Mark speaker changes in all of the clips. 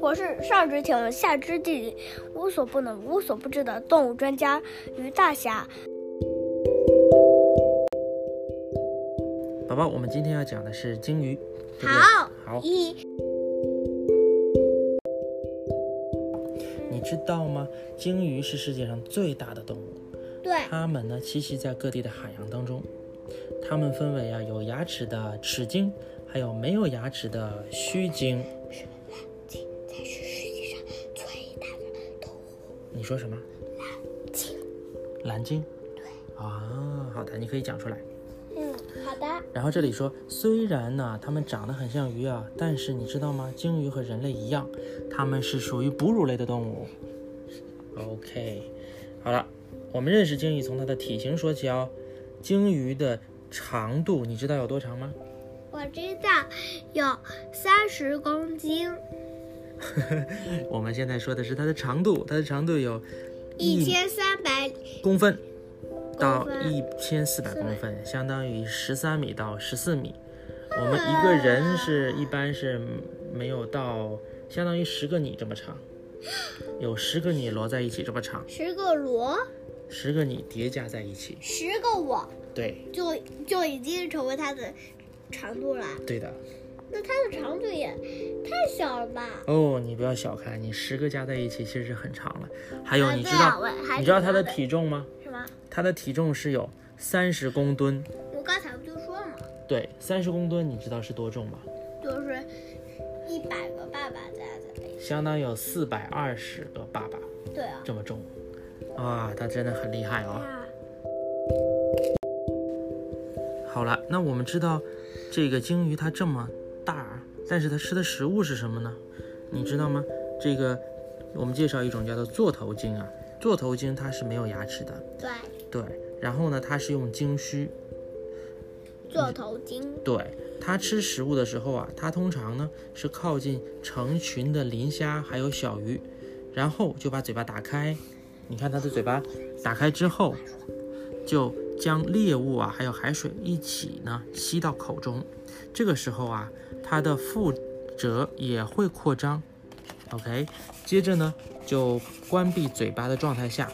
Speaker 1: 我是上知天文下知地理，无所不能无所不知的动物专家于大侠。
Speaker 2: 宝宝，我们今天要讲的是鲸鱼，对不对？
Speaker 1: 好，
Speaker 2: 好，
Speaker 1: 一
Speaker 2: 你知道吗？鲸鱼是世界上最大的动物，
Speaker 1: 对
Speaker 2: 它们呢栖息在各地的海洋当中。它们分为啊有牙齿的齿鲸，还有没有牙齿的须鲸。
Speaker 1: 才是世界上最大的动物。
Speaker 2: 你说什么？蓝鲸。啊，好的，你可以讲出来。
Speaker 1: 嗯，好的。
Speaker 2: 然后这里说，虽然呢，它们长得很像鱼啊，但是你知道吗？鲸鱼和人类一样，它们是属于哺乳类的动物。OK，好了，我们认识鲸鱼从它的体型说起哦。鲸鱼的长度你知道有多长吗？
Speaker 1: 我知道有三十公斤，
Speaker 2: 我们现在说的是它的长度，它的长度有
Speaker 1: 一千三百
Speaker 2: 公分到
Speaker 1: 公分
Speaker 2: 一千四百公分，相当于十三米到十四米。我们一个人是一般是没有到，相当于十个你这么长，有十个你摞在一起这么长，
Speaker 1: 十个螺，
Speaker 2: 十个你叠加在一起。
Speaker 1: 十个我
Speaker 2: 对，
Speaker 1: 就就已经成为它的长度了。
Speaker 2: 对的。
Speaker 1: 那它的长度也太小了吧？
Speaker 2: 哦，你不要小看，你十个加在一起其实很长了。还有，
Speaker 1: 啊
Speaker 2: 你
Speaker 1: 对
Speaker 2: 知
Speaker 1: 啊
Speaker 2: 道
Speaker 1: 我还
Speaker 2: 你知道
Speaker 1: 知
Speaker 2: 它
Speaker 1: 道
Speaker 2: 的
Speaker 1: 的
Speaker 2: 体重吗？
Speaker 1: 是吗？
Speaker 2: 它的体重是有三十公吨。
Speaker 1: 我刚才不就说了吗？
Speaker 2: 对，三十公吨，你知道是多重吗？
Speaker 1: 就是一百个爸爸加在一起。
Speaker 2: 相当于有四百二十个爸爸。
Speaker 1: 对啊。
Speaker 2: 这么重，啊，他真的很厉害哦。好了，那我们知道这个鲸鱼它这么大，但是它吃的食物是什么呢？你知道吗？这个我们介绍一种叫做座头鲸啊，座头鲸它是没有牙齿的，
Speaker 1: 对，
Speaker 2: 对，然后呢，它是用鲸须，
Speaker 1: 座头鲸。
Speaker 2: 对，它吃食物的时候啊，它通常呢是靠近成群的磷虾还有小鱼，然后就把嘴巴打开。你看它的嘴巴打开之后，就将猎物啊还有海水一起呢吸到口中。这个时候啊，它的腹褶也会扩张。OK，接着呢就关闭嘴巴的状态下，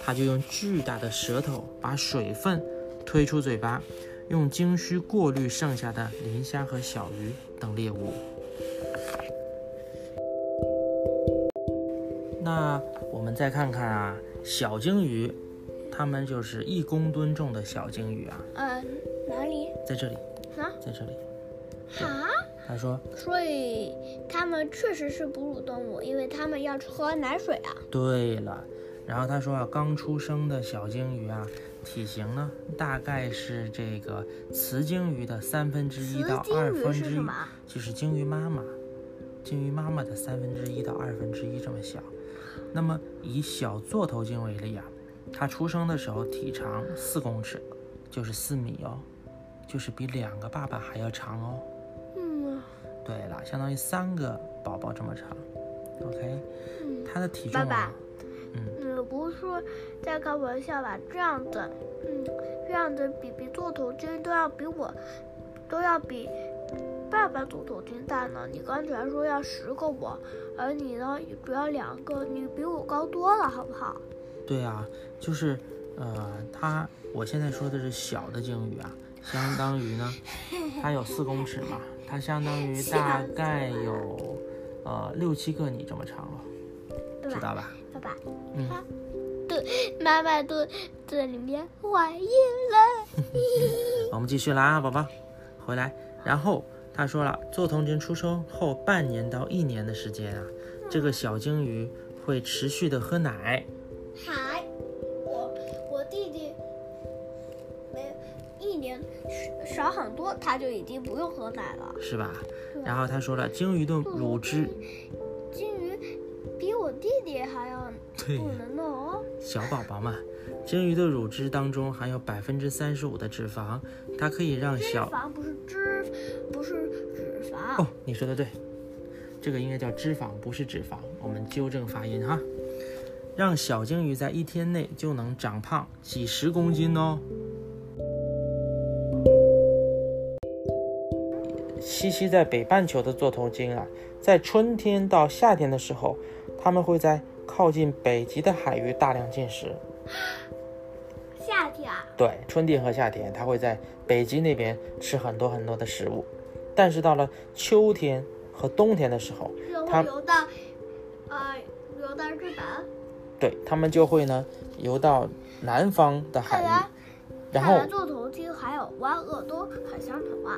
Speaker 2: 它就用巨大的舌头把水分推出嘴巴，用鲸须过滤剩下的磷虾和小鱼等猎物。那我们再看看啊，小鲸鱼，它们就是一公吨重的小鲸鱼啊，
Speaker 1: 呃，哪里？
Speaker 2: 在这里，
Speaker 1: 啊？
Speaker 2: 在这里。
Speaker 1: 啊？
Speaker 2: 他说，
Speaker 1: 所以它们确实是哺乳动物，因为它们要喝奶水啊。
Speaker 2: 对了，然后他说啊，刚出生的小鲸鱼啊，体型呢大概是这个雌鲸鱼的三分之一到二
Speaker 1: 鲸鱼
Speaker 2: 分
Speaker 1: 是
Speaker 2: 之
Speaker 1: 什
Speaker 2: 一，
Speaker 1: 么？啊
Speaker 2: 就是鲸鱼妈妈，鲸鱼妈妈的三分之一到二分之一这么小。那么以小座头鲸为例啊，它出生的时候体长四公尺，就是四米哦，就是比两个爸爸还要长哦。
Speaker 1: 嗯，
Speaker 2: 对了，相当于三个宝宝这么长。OK，
Speaker 1: 嗯
Speaker 2: 它的体重、啊、
Speaker 1: 爸爸你不是在开玩笑吧？这样子，嗯，这样子比比座头鲸都要比我，都要比爸爸座头鲸大呢。你刚才说要十个我，而你呢只要两个，你比我高多了，好不好？
Speaker 2: 对啊，就是，呃，它我现在说的是小的鲸鱼啊，相当于呢，它有四公尺嘛，它相当于大概有，呃，六七个你这么长了，
Speaker 1: 对
Speaker 2: 知
Speaker 1: 吧，
Speaker 2: 道吧？
Speaker 1: 爸爸？
Speaker 2: 嗯，
Speaker 1: 妈妈肚子里面怀孕了。
Speaker 2: 我们继续啦，宝宝，回来。然后他说了，座头鲸出生后半年到一年的时间啊，这个小鲸鱼会持续的喝奶。
Speaker 1: 还，我我弟弟没一年少很多，他就已经不用喝奶了。
Speaker 2: 是吧？然后他说了，鲸鱼的乳汁，
Speaker 1: 金鱼比我弟弟还要
Speaker 2: 对
Speaker 1: 不能弄哦。
Speaker 2: 小宝宝们，鲸鱼的乳汁当中含有百分之三十五的脂肪，它可以让
Speaker 1: 脂
Speaker 2: 小
Speaker 1: 肪不是脂，不是脂肪。
Speaker 2: 哦，你说的对，这个应该叫脂肪，不是脂肪，我们纠正发音哈。让小鲸鱼在一天内就能长胖几十公斤哦。栖息在北半球的座头鲸啊，在春天到夏天的时候，它们会在靠近北极的海域大量进食。
Speaker 1: 夏天啊，
Speaker 2: 对，春天和夏天，它会在北极那边吃很多很多的食物，但是到了秋天和冬天的时候，
Speaker 1: 就
Speaker 2: 它
Speaker 1: 会游到，呃，游到日本。
Speaker 2: 对，它们就会呢游到南方的海
Speaker 1: 看来
Speaker 2: 域，，然
Speaker 1: 看
Speaker 2: 后
Speaker 1: 来座头鲸还有弯鳄都很相同啊。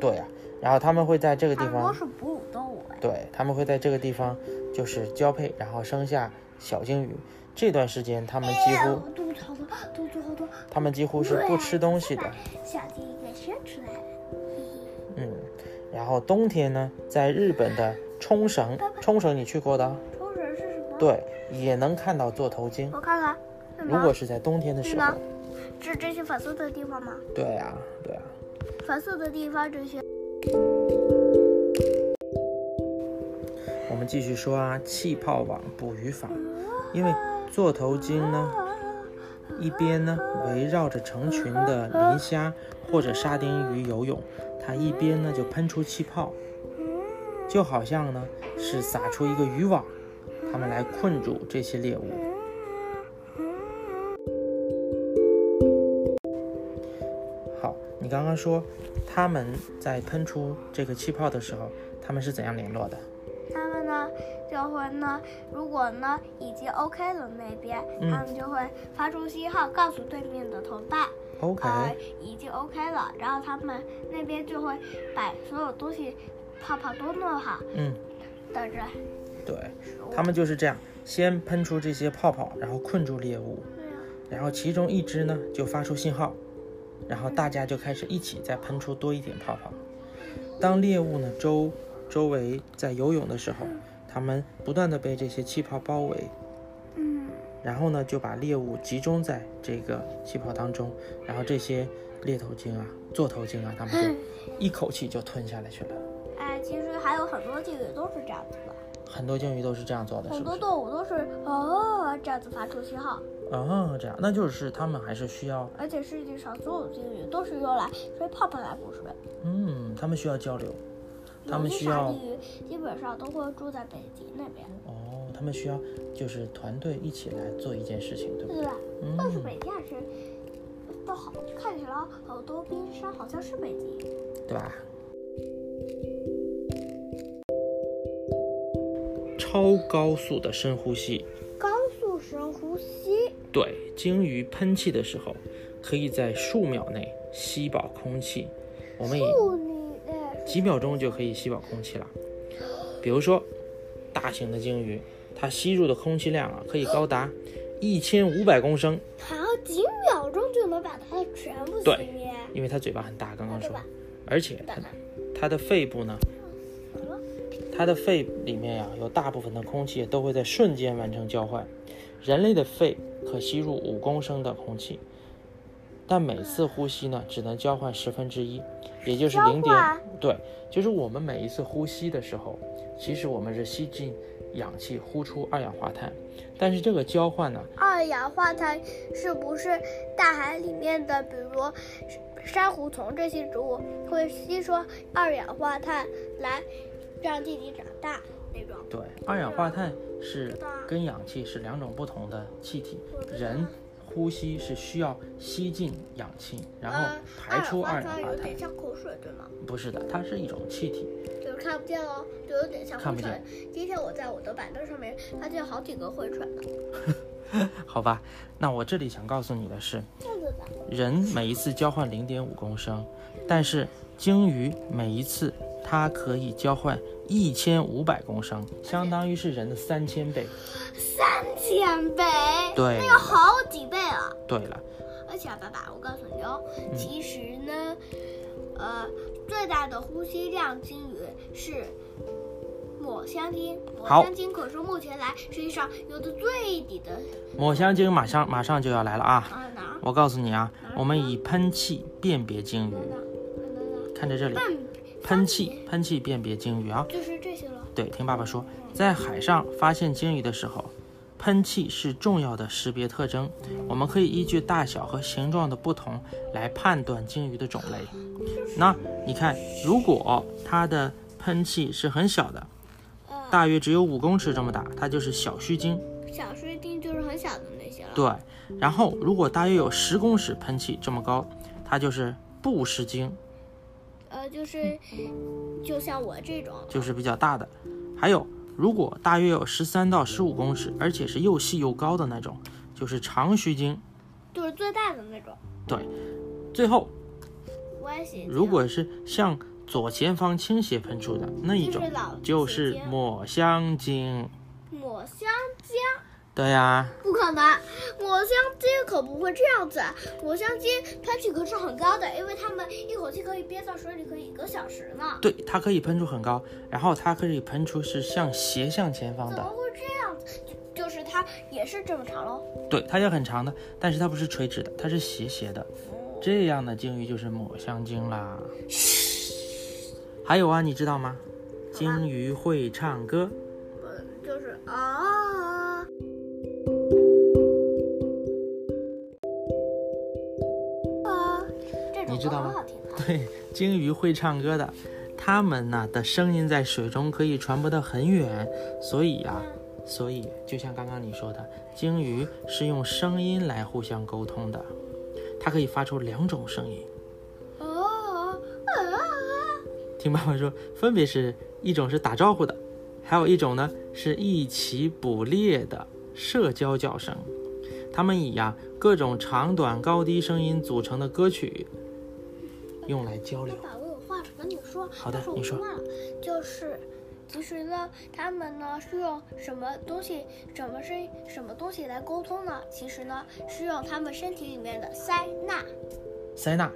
Speaker 2: 对啊，然后它们会在这个地
Speaker 1: 它们
Speaker 2: 方
Speaker 1: 都是哺乳动物哎。
Speaker 2: 对，他们会在这个地方就是交配，然后生下小鲸鱼。这段时间，他们几
Speaker 1: 哎呀
Speaker 2: 乎
Speaker 1: 我肚子好痛，肚子好痛。
Speaker 2: 他们几乎是不吃东西的。
Speaker 1: 小鸡给伸出来了。
Speaker 2: 嗯，然后冬天呢，在日本的冲绳，冲绳你去过的哦？
Speaker 1: 冲绳是什么？，
Speaker 2: 对，也能看到座头鲸。
Speaker 1: 我看看。是
Speaker 2: 如
Speaker 1: 吗
Speaker 2: 果是在冬天的
Speaker 1: 是
Speaker 2: 时
Speaker 1: 吗
Speaker 2: 候，？
Speaker 1: 是这些粉色的地方吗？
Speaker 2: 对啊，对啊，
Speaker 1: 粉色的地方这些。
Speaker 2: 我们继续说啊，气泡网捕鱼法，
Speaker 1: 啊
Speaker 2: 因为座头鲸呢，一边呢围绕着成群的磷虾或者沙丁鱼游泳，它一边呢就喷出气泡，就好像呢是撒出一个渔网，它们来困住这些猎物。好，你刚刚说它们在喷出这个气泡的时候，它们是怎样联络的？
Speaker 1: 他们呢就会呢，如果呢已经 OK 了那边，
Speaker 2: 嗯
Speaker 1: 他们就会发出信号告诉对面的同伴，
Speaker 2: OK，
Speaker 1: 呃，已经 OK 了，然后他们那边就会把所有东西泡泡都弄好，
Speaker 2: 嗯，
Speaker 1: 等着。
Speaker 2: 对，他们就是这样，先喷出这些泡泡，然后困住猎物，
Speaker 1: 对呀、
Speaker 2: 然后其中一只呢就发出信号，然后大家就开始一起再喷出多一点泡泡。当猎物呢周周围在游泳的时候，它们不断的被这些气泡包围，
Speaker 1: 嗯，
Speaker 2: 然后呢就把猎物集中在这个气泡当中，然后这些猎头鲸啊、座头鲸啊，它们就一口气就吞下来去了。
Speaker 1: 哎、其实还有很多鲸鱼都是这样子的，
Speaker 2: 很多鲸鱼都是这样做的，是
Speaker 1: 很
Speaker 2: 不
Speaker 1: 多
Speaker 2: 是？
Speaker 1: 动物都是哦这样子发出信号，
Speaker 2: 哦，这样，那就是它们还是需要，
Speaker 1: 而且世界上所有鲸鱼都是用来吹泡泡来捕食。
Speaker 2: 嗯，它们需要交流，它
Speaker 1: 有
Speaker 2: 们
Speaker 1: 些
Speaker 2: 需
Speaker 1: 沙
Speaker 2: 要
Speaker 1: 丁鱼基本上都会住在北极那边，
Speaker 2: 哦，他们需要就是团队一起来做一件事情，对不对？
Speaker 1: 对吧？
Speaker 2: 嗯
Speaker 1: 但是北极还是都好，看起来好多冰山好像是北极。
Speaker 2: 对吧？超高速的深呼吸，
Speaker 1: 高速深呼吸，
Speaker 2: 对，鲸鱼喷气的时候，可以在数秒内吸饱空气，我们也
Speaker 1: 不你呃，
Speaker 2: 嗯几秒钟就可以吸饱空气了。比如说，大型的鲸鱼，它吸入的空气量啊，可以高达一千五百公升，
Speaker 1: 好像几秒钟就能把它全部
Speaker 2: 对
Speaker 1: 熄灭。
Speaker 2: 因为它嘴巴很大，刚刚说
Speaker 1: 对吧，
Speaker 2: 而且它
Speaker 1: 等等
Speaker 2: 它的肺部呢
Speaker 1: 什么？
Speaker 2: 它的肺里面呀、有大部分的空气都会在瞬间完成交换。人类的肺可吸入五公升的空气，但每次呼吸呢，只能交换十分之一，也就是
Speaker 1: 交
Speaker 2: 零点
Speaker 1: 换。
Speaker 2: 对，就是我们每一次呼吸的时候，其实我们是吸进氧气，呼出二氧化碳。但是这个交换呢，
Speaker 1: 二氧化碳是不是大海里面的，比如珊瑚丛这些植物会吸收二氧化碳来让地体长大那种？
Speaker 2: 对，二氧化碳是跟氧气是两种不同的气体，人。呼吸是需要吸进氧气，然后
Speaker 1: 嗯
Speaker 2: 排出二
Speaker 1: 二
Speaker 2: 氧化
Speaker 1: 有
Speaker 2: 碳。
Speaker 1: 点像口水，对吗？
Speaker 2: 不是的，它是一种气体。
Speaker 1: 就是看不见喽，就有点像
Speaker 2: 看不
Speaker 1: 灰尘。今天我在我的板凳上面发现好几个灰尘呢。
Speaker 2: 好吧，那我这里想告诉你的是，
Speaker 1: 这样子的，
Speaker 2: 人每一次交换零点五公升，但是鲸鱼每一次它可以交换一千五百公升，相当于是人的三千倍。
Speaker 1: 三千倍，
Speaker 2: 对
Speaker 1: 那要好几倍啊了。
Speaker 2: 对了，
Speaker 1: 而且啊，爸爸，我告诉你哦，
Speaker 2: 嗯
Speaker 1: 其实呢，呃，最大的呼吸量鲸鱼是抹香鲸。抹
Speaker 2: 好
Speaker 1: 香鲸可是目前来世界上游的最底的
Speaker 2: 抹香鲸马上马上就要来了啊！
Speaker 1: 啊哪儿？
Speaker 2: 我告诉你啊，我们以喷气辨别鲸鱼
Speaker 1: 哪儿，哪儿哪儿哪儿？
Speaker 2: 看着这里，
Speaker 1: 半
Speaker 2: 喷气喷气辨别鲸鱼啊。
Speaker 1: 就是这些了。
Speaker 2: 对，听爸爸说，在海上发现鲸鱼的时候，喷气是重要的识别特征。我们可以依据大小和形状的不同来判断鲸鱼的种类。那你看，如果它的喷气是很小的，大约只有五公尺这么大，它就是小须鲸。
Speaker 1: 小水钉就是很小的那些了。
Speaker 2: 对，然后如果大约有十公尺喷气这么高，它就是布氏鲸，
Speaker 1: 呃，就是就像我这种，
Speaker 2: 就是比较大的。还有，如果大约有十三到十五公尺，而且是又细又高的那种，就是长须鲸。
Speaker 1: 就是最大的那种。
Speaker 2: 最后，
Speaker 1: 我也喜。
Speaker 2: 如果是向左前方倾斜喷出的那一
Speaker 1: 就
Speaker 2: 种
Speaker 1: 是老，
Speaker 2: 就是
Speaker 1: 斜鲸
Speaker 2: 抹香鲸。
Speaker 1: 抹香鲸
Speaker 2: 对呀、
Speaker 1: 不可能，抹香鲸可不会这样子啊。抹香鲸喷气可是很高的，因为它们一口气可以憋在水里可以一个小时呢。
Speaker 2: 对，它可以喷出很高，然后它可以喷出是向斜向前方
Speaker 1: 怎么
Speaker 2: 的，
Speaker 1: 会这样子？就就是它也是这么长喽。
Speaker 2: 对，它也很长的，但是它不是垂直的，它是斜斜的。这样的鲸鱼就是抹香鲸啦。还有啊，你知道吗？鲸鱼会唱歌。
Speaker 1: 嗯，就是啊。啊这种
Speaker 2: 你知
Speaker 1: 歌
Speaker 2: 道吗
Speaker 1: 很好听啊
Speaker 2: 对，鲸鱼会唱歌的，它们呐的声音在水中可以传播得很远，所以啊，所以就像刚刚你说的，鲸鱼是用声音来互相沟通的，它可以发出两种声音。
Speaker 1: 哦啊！
Speaker 2: 听爸爸说，分别是一种是打招呼的，还有一种呢是一起捕猎的社交叫声。他们以呀、啊各种长短高低声音组成的歌曲，用来交流
Speaker 1: 爸。爸，我有话想跟你说，
Speaker 2: 好的
Speaker 1: 但是
Speaker 2: 你
Speaker 1: 我
Speaker 2: 说
Speaker 1: 忘了，就是。其实呢，他们呢是用什么东西、什么声、什么东西来沟通呢？其实呢是用他们身体里面的塞纳，
Speaker 2: 塞纳，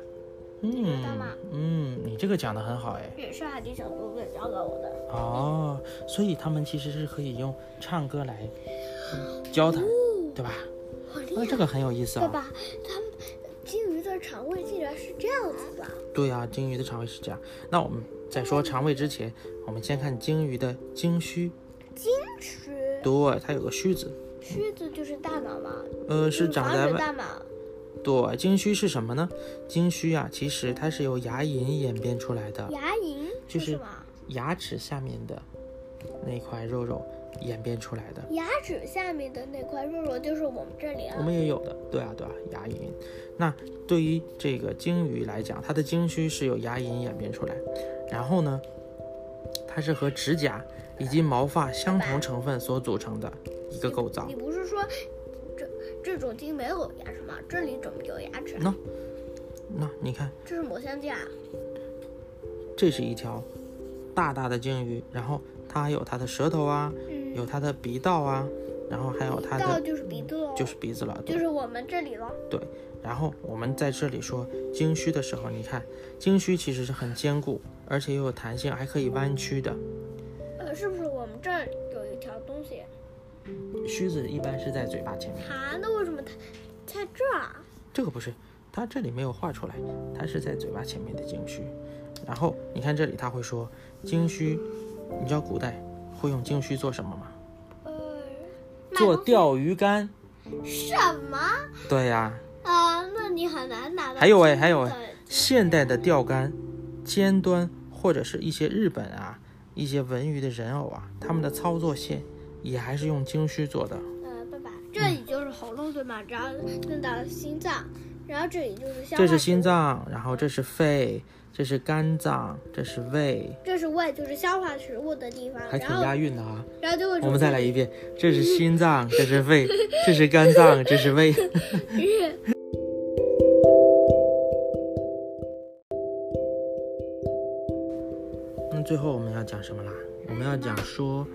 Speaker 1: 知
Speaker 2: 嗯
Speaker 1: 道吗
Speaker 2: 嗯，你这个讲的很好哎。
Speaker 1: 也是海底小哥哥教给我的。
Speaker 2: 哦，所以他们其实是可以用唱歌来、嗯交谈，对吧？
Speaker 1: 好厉
Speaker 2: 那
Speaker 1: 害！
Speaker 2: 这个很有意思
Speaker 1: 爸
Speaker 2: 啊。
Speaker 1: 爸，他们鲸鱼的肠胃竟然是这样子的。
Speaker 2: 对啊，鲸鱼的肠胃是这样。那我们在说肠胃之前，我们先看鲸鱼的鲸须。
Speaker 1: 吃
Speaker 2: 对，它有个须子，
Speaker 1: 须子就是大脑嘛，
Speaker 2: 呃，
Speaker 1: 就是
Speaker 2: 长
Speaker 1: 防
Speaker 2: 在
Speaker 1: 止
Speaker 2: 外。
Speaker 1: 大脑。
Speaker 2: 对，鲸须是什么呢？鲸须啊，其实它是由牙龈演变出来的，
Speaker 1: 牙龈
Speaker 2: 就是是
Speaker 1: 什么？
Speaker 2: 牙齿下面的那块肉肉演变出来的。
Speaker 1: 牙齿下面的那块肉肉就是我们这里啊
Speaker 2: 我。们也有的，对啊，对啊，牙龈。那对于这个鲸鱼来讲，它的鲸须是由牙龈演变出来，然后呢，它是和指甲以及毛发相同成分所组成的一个构造
Speaker 1: 你。不是说这这种鲸没有牙齿吗？这里怎么有牙齿啊？
Speaker 2: 那那你看，
Speaker 1: 这是抹香鲸啊！
Speaker 2: 这是一条大大的鲸鱼，然后它还有它的舌头啊，
Speaker 1: 嗯，
Speaker 2: 有它的鼻道啊，然后还有它
Speaker 1: 到
Speaker 2: 的
Speaker 1: 就是鼻子喽，
Speaker 2: 就是鼻子了，对
Speaker 1: 就是我们这里了。
Speaker 2: 对，然后我们在这里说经须的时候，你看经须其实是很坚固，而且又有弹性，还可以弯曲的。
Speaker 1: 呃，是不是我们这儿有一条东西？
Speaker 2: 须子一般是在嘴巴前面，
Speaker 1: 啊，那为什么它在这儿啊？
Speaker 2: 这个不是，它这里没有画出来，它是在嘴巴前面的经须。然后你看这里他会说经须，你知道古代会用经须做什么吗？
Speaker 1: 呃，卖
Speaker 2: 做
Speaker 1: 东西
Speaker 2: 钓鱼竿。
Speaker 1: 什么？
Speaker 2: 对呀、
Speaker 1: 啊、那你很难拿到。
Speaker 2: 还有哎还有哎
Speaker 1: 哎，
Speaker 2: 现代的钓竿尖端或者是一些日本啊一些文娱的人偶啊，他们的操作线也还是用经须做的。
Speaker 1: 呃，爸爸，这
Speaker 2: 嗯
Speaker 1: 里就是喉咙对吗？然后弄到心脏，然后这里就是消化，
Speaker 2: 这是心，脏，然后这是肺，这是肝脏，这是胃，
Speaker 1: 这是胃，就是消化食物的地方。
Speaker 2: 还挺
Speaker 1: 然后，
Speaker 2: 押韵的啊。
Speaker 1: 然后就会
Speaker 2: 我们
Speaker 1: 出
Speaker 2: 再
Speaker 1: 现
Speaker 2: 来一遍，这是心脏，这是肺，这是肝脏，这是胃。 那最后我们要讲什么啦？我们要讲说，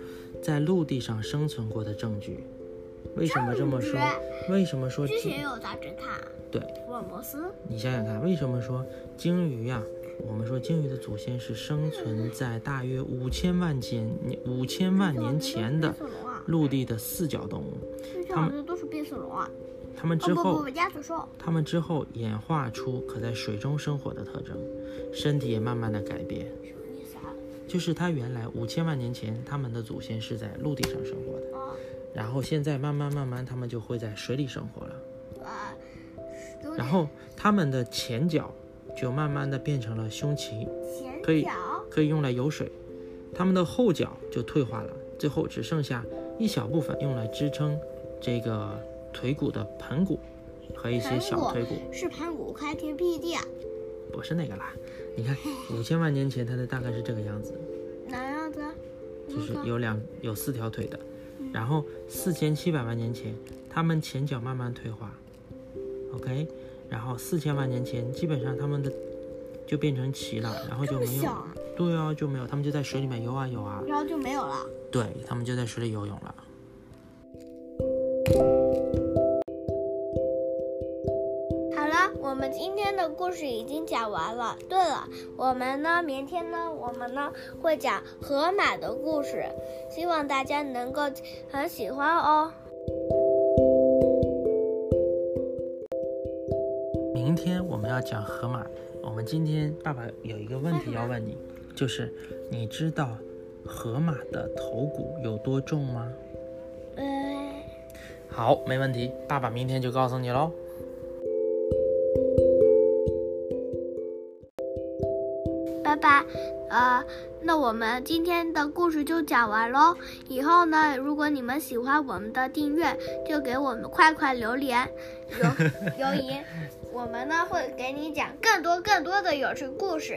Speaker 2: 在陆地上生存过的证据。为什么这么说？为什么说
Speaker 1: 之
Speaker 2: 鲸
Speaker 1: 前有大侦
Speaker 3: 啊
Speaker 1: 探
Speaker 2: 对？
Speaker 1: 福尔摩斯，
Speaker 2: 你想想看，为什么说鲸鱼呀、我们说鲸鱼的祖先是生存在大约五千万年五千万年前的嗯
Speaker 1: 变色龙啊，
Speaker 2: 陆地的四脚动物，
Speaker 1: 这些好像都是变色龙啊。
Speaker 2: 它们之
Speaker 1: 哦不不
Speaker 2: 后
Speaker 1: 不，鸭嘴兽，
Speaker 2: 它们之后演化出可在水中生活的特征，身体也慢慢的改变。
Speaker 1: 什么意思啊？
Speaker 2: 就是它原来五千万年前，它们的祖先是在陆地上生活的，
Speaker 1: 哦，
Speaker 2: 然后现在慢慢慢慢，它们
Speaker 1: 哦
Speaker 2: 就会在水里生活了。
Speaker 1: 呃，有点
Speaker 2: 然后它们的前脚就慢慢的变成了胸鳍，
Speaker 1: 前
Speaker 2: 可以
Speaker 1: 脚
Speaker 2: 可以用来游水。它们的后脚就退化了，最后只剩下一小部分用来支撑这个腿骨的盆骨和一些小腿骨。
Speaker 3: 是盘古开天辟地，啊
Speaker 2: 不是那个啦，你 看五千万年前它的大概是这个样子，
Speaker 1: 哪样
Speaker 3: 啊
Speaker 1: 子？
Speaker 2: 就是有两有四条腿的，
Speaker 3: 嗯
Speaker 2: 然后四千七百万年前，它们前脚慢慢退化，OK，然后四千万年前基本上它们的就变成鳍了，然后就
Speaker 3: 这么
Speaker 2: 没有
Speaker 3: 小，啊，
Speaker 2: 对啊就没有，它们就在水里面游啊游啊，
Speaker 3: 然后就没有了。
Speaker 2: 对，它们就在水里游泳了。
Speaker 3: 好了，我们今天的故事已经讲完了。对了，我们呢，明天呢，我们呢会讲河马的故事，希望大家能够很喜欢哦。
Speaker 2: 明天我们要讲河马，我们今天爸爸有一个问题要问你，就是你知道河马的头骨有多重吗？
Speaker 3: 嗯，
Speaker 2: 好，没问题，爸爸明天就告诉你喽。
Speaker 1: 拜拜。呃，那我们今天的故事就讲完喽。以后呢，如果你们喜欢我们的订阅，就给我们快快留言、留留言，我们呢会给你讲更多更多的有趣故事。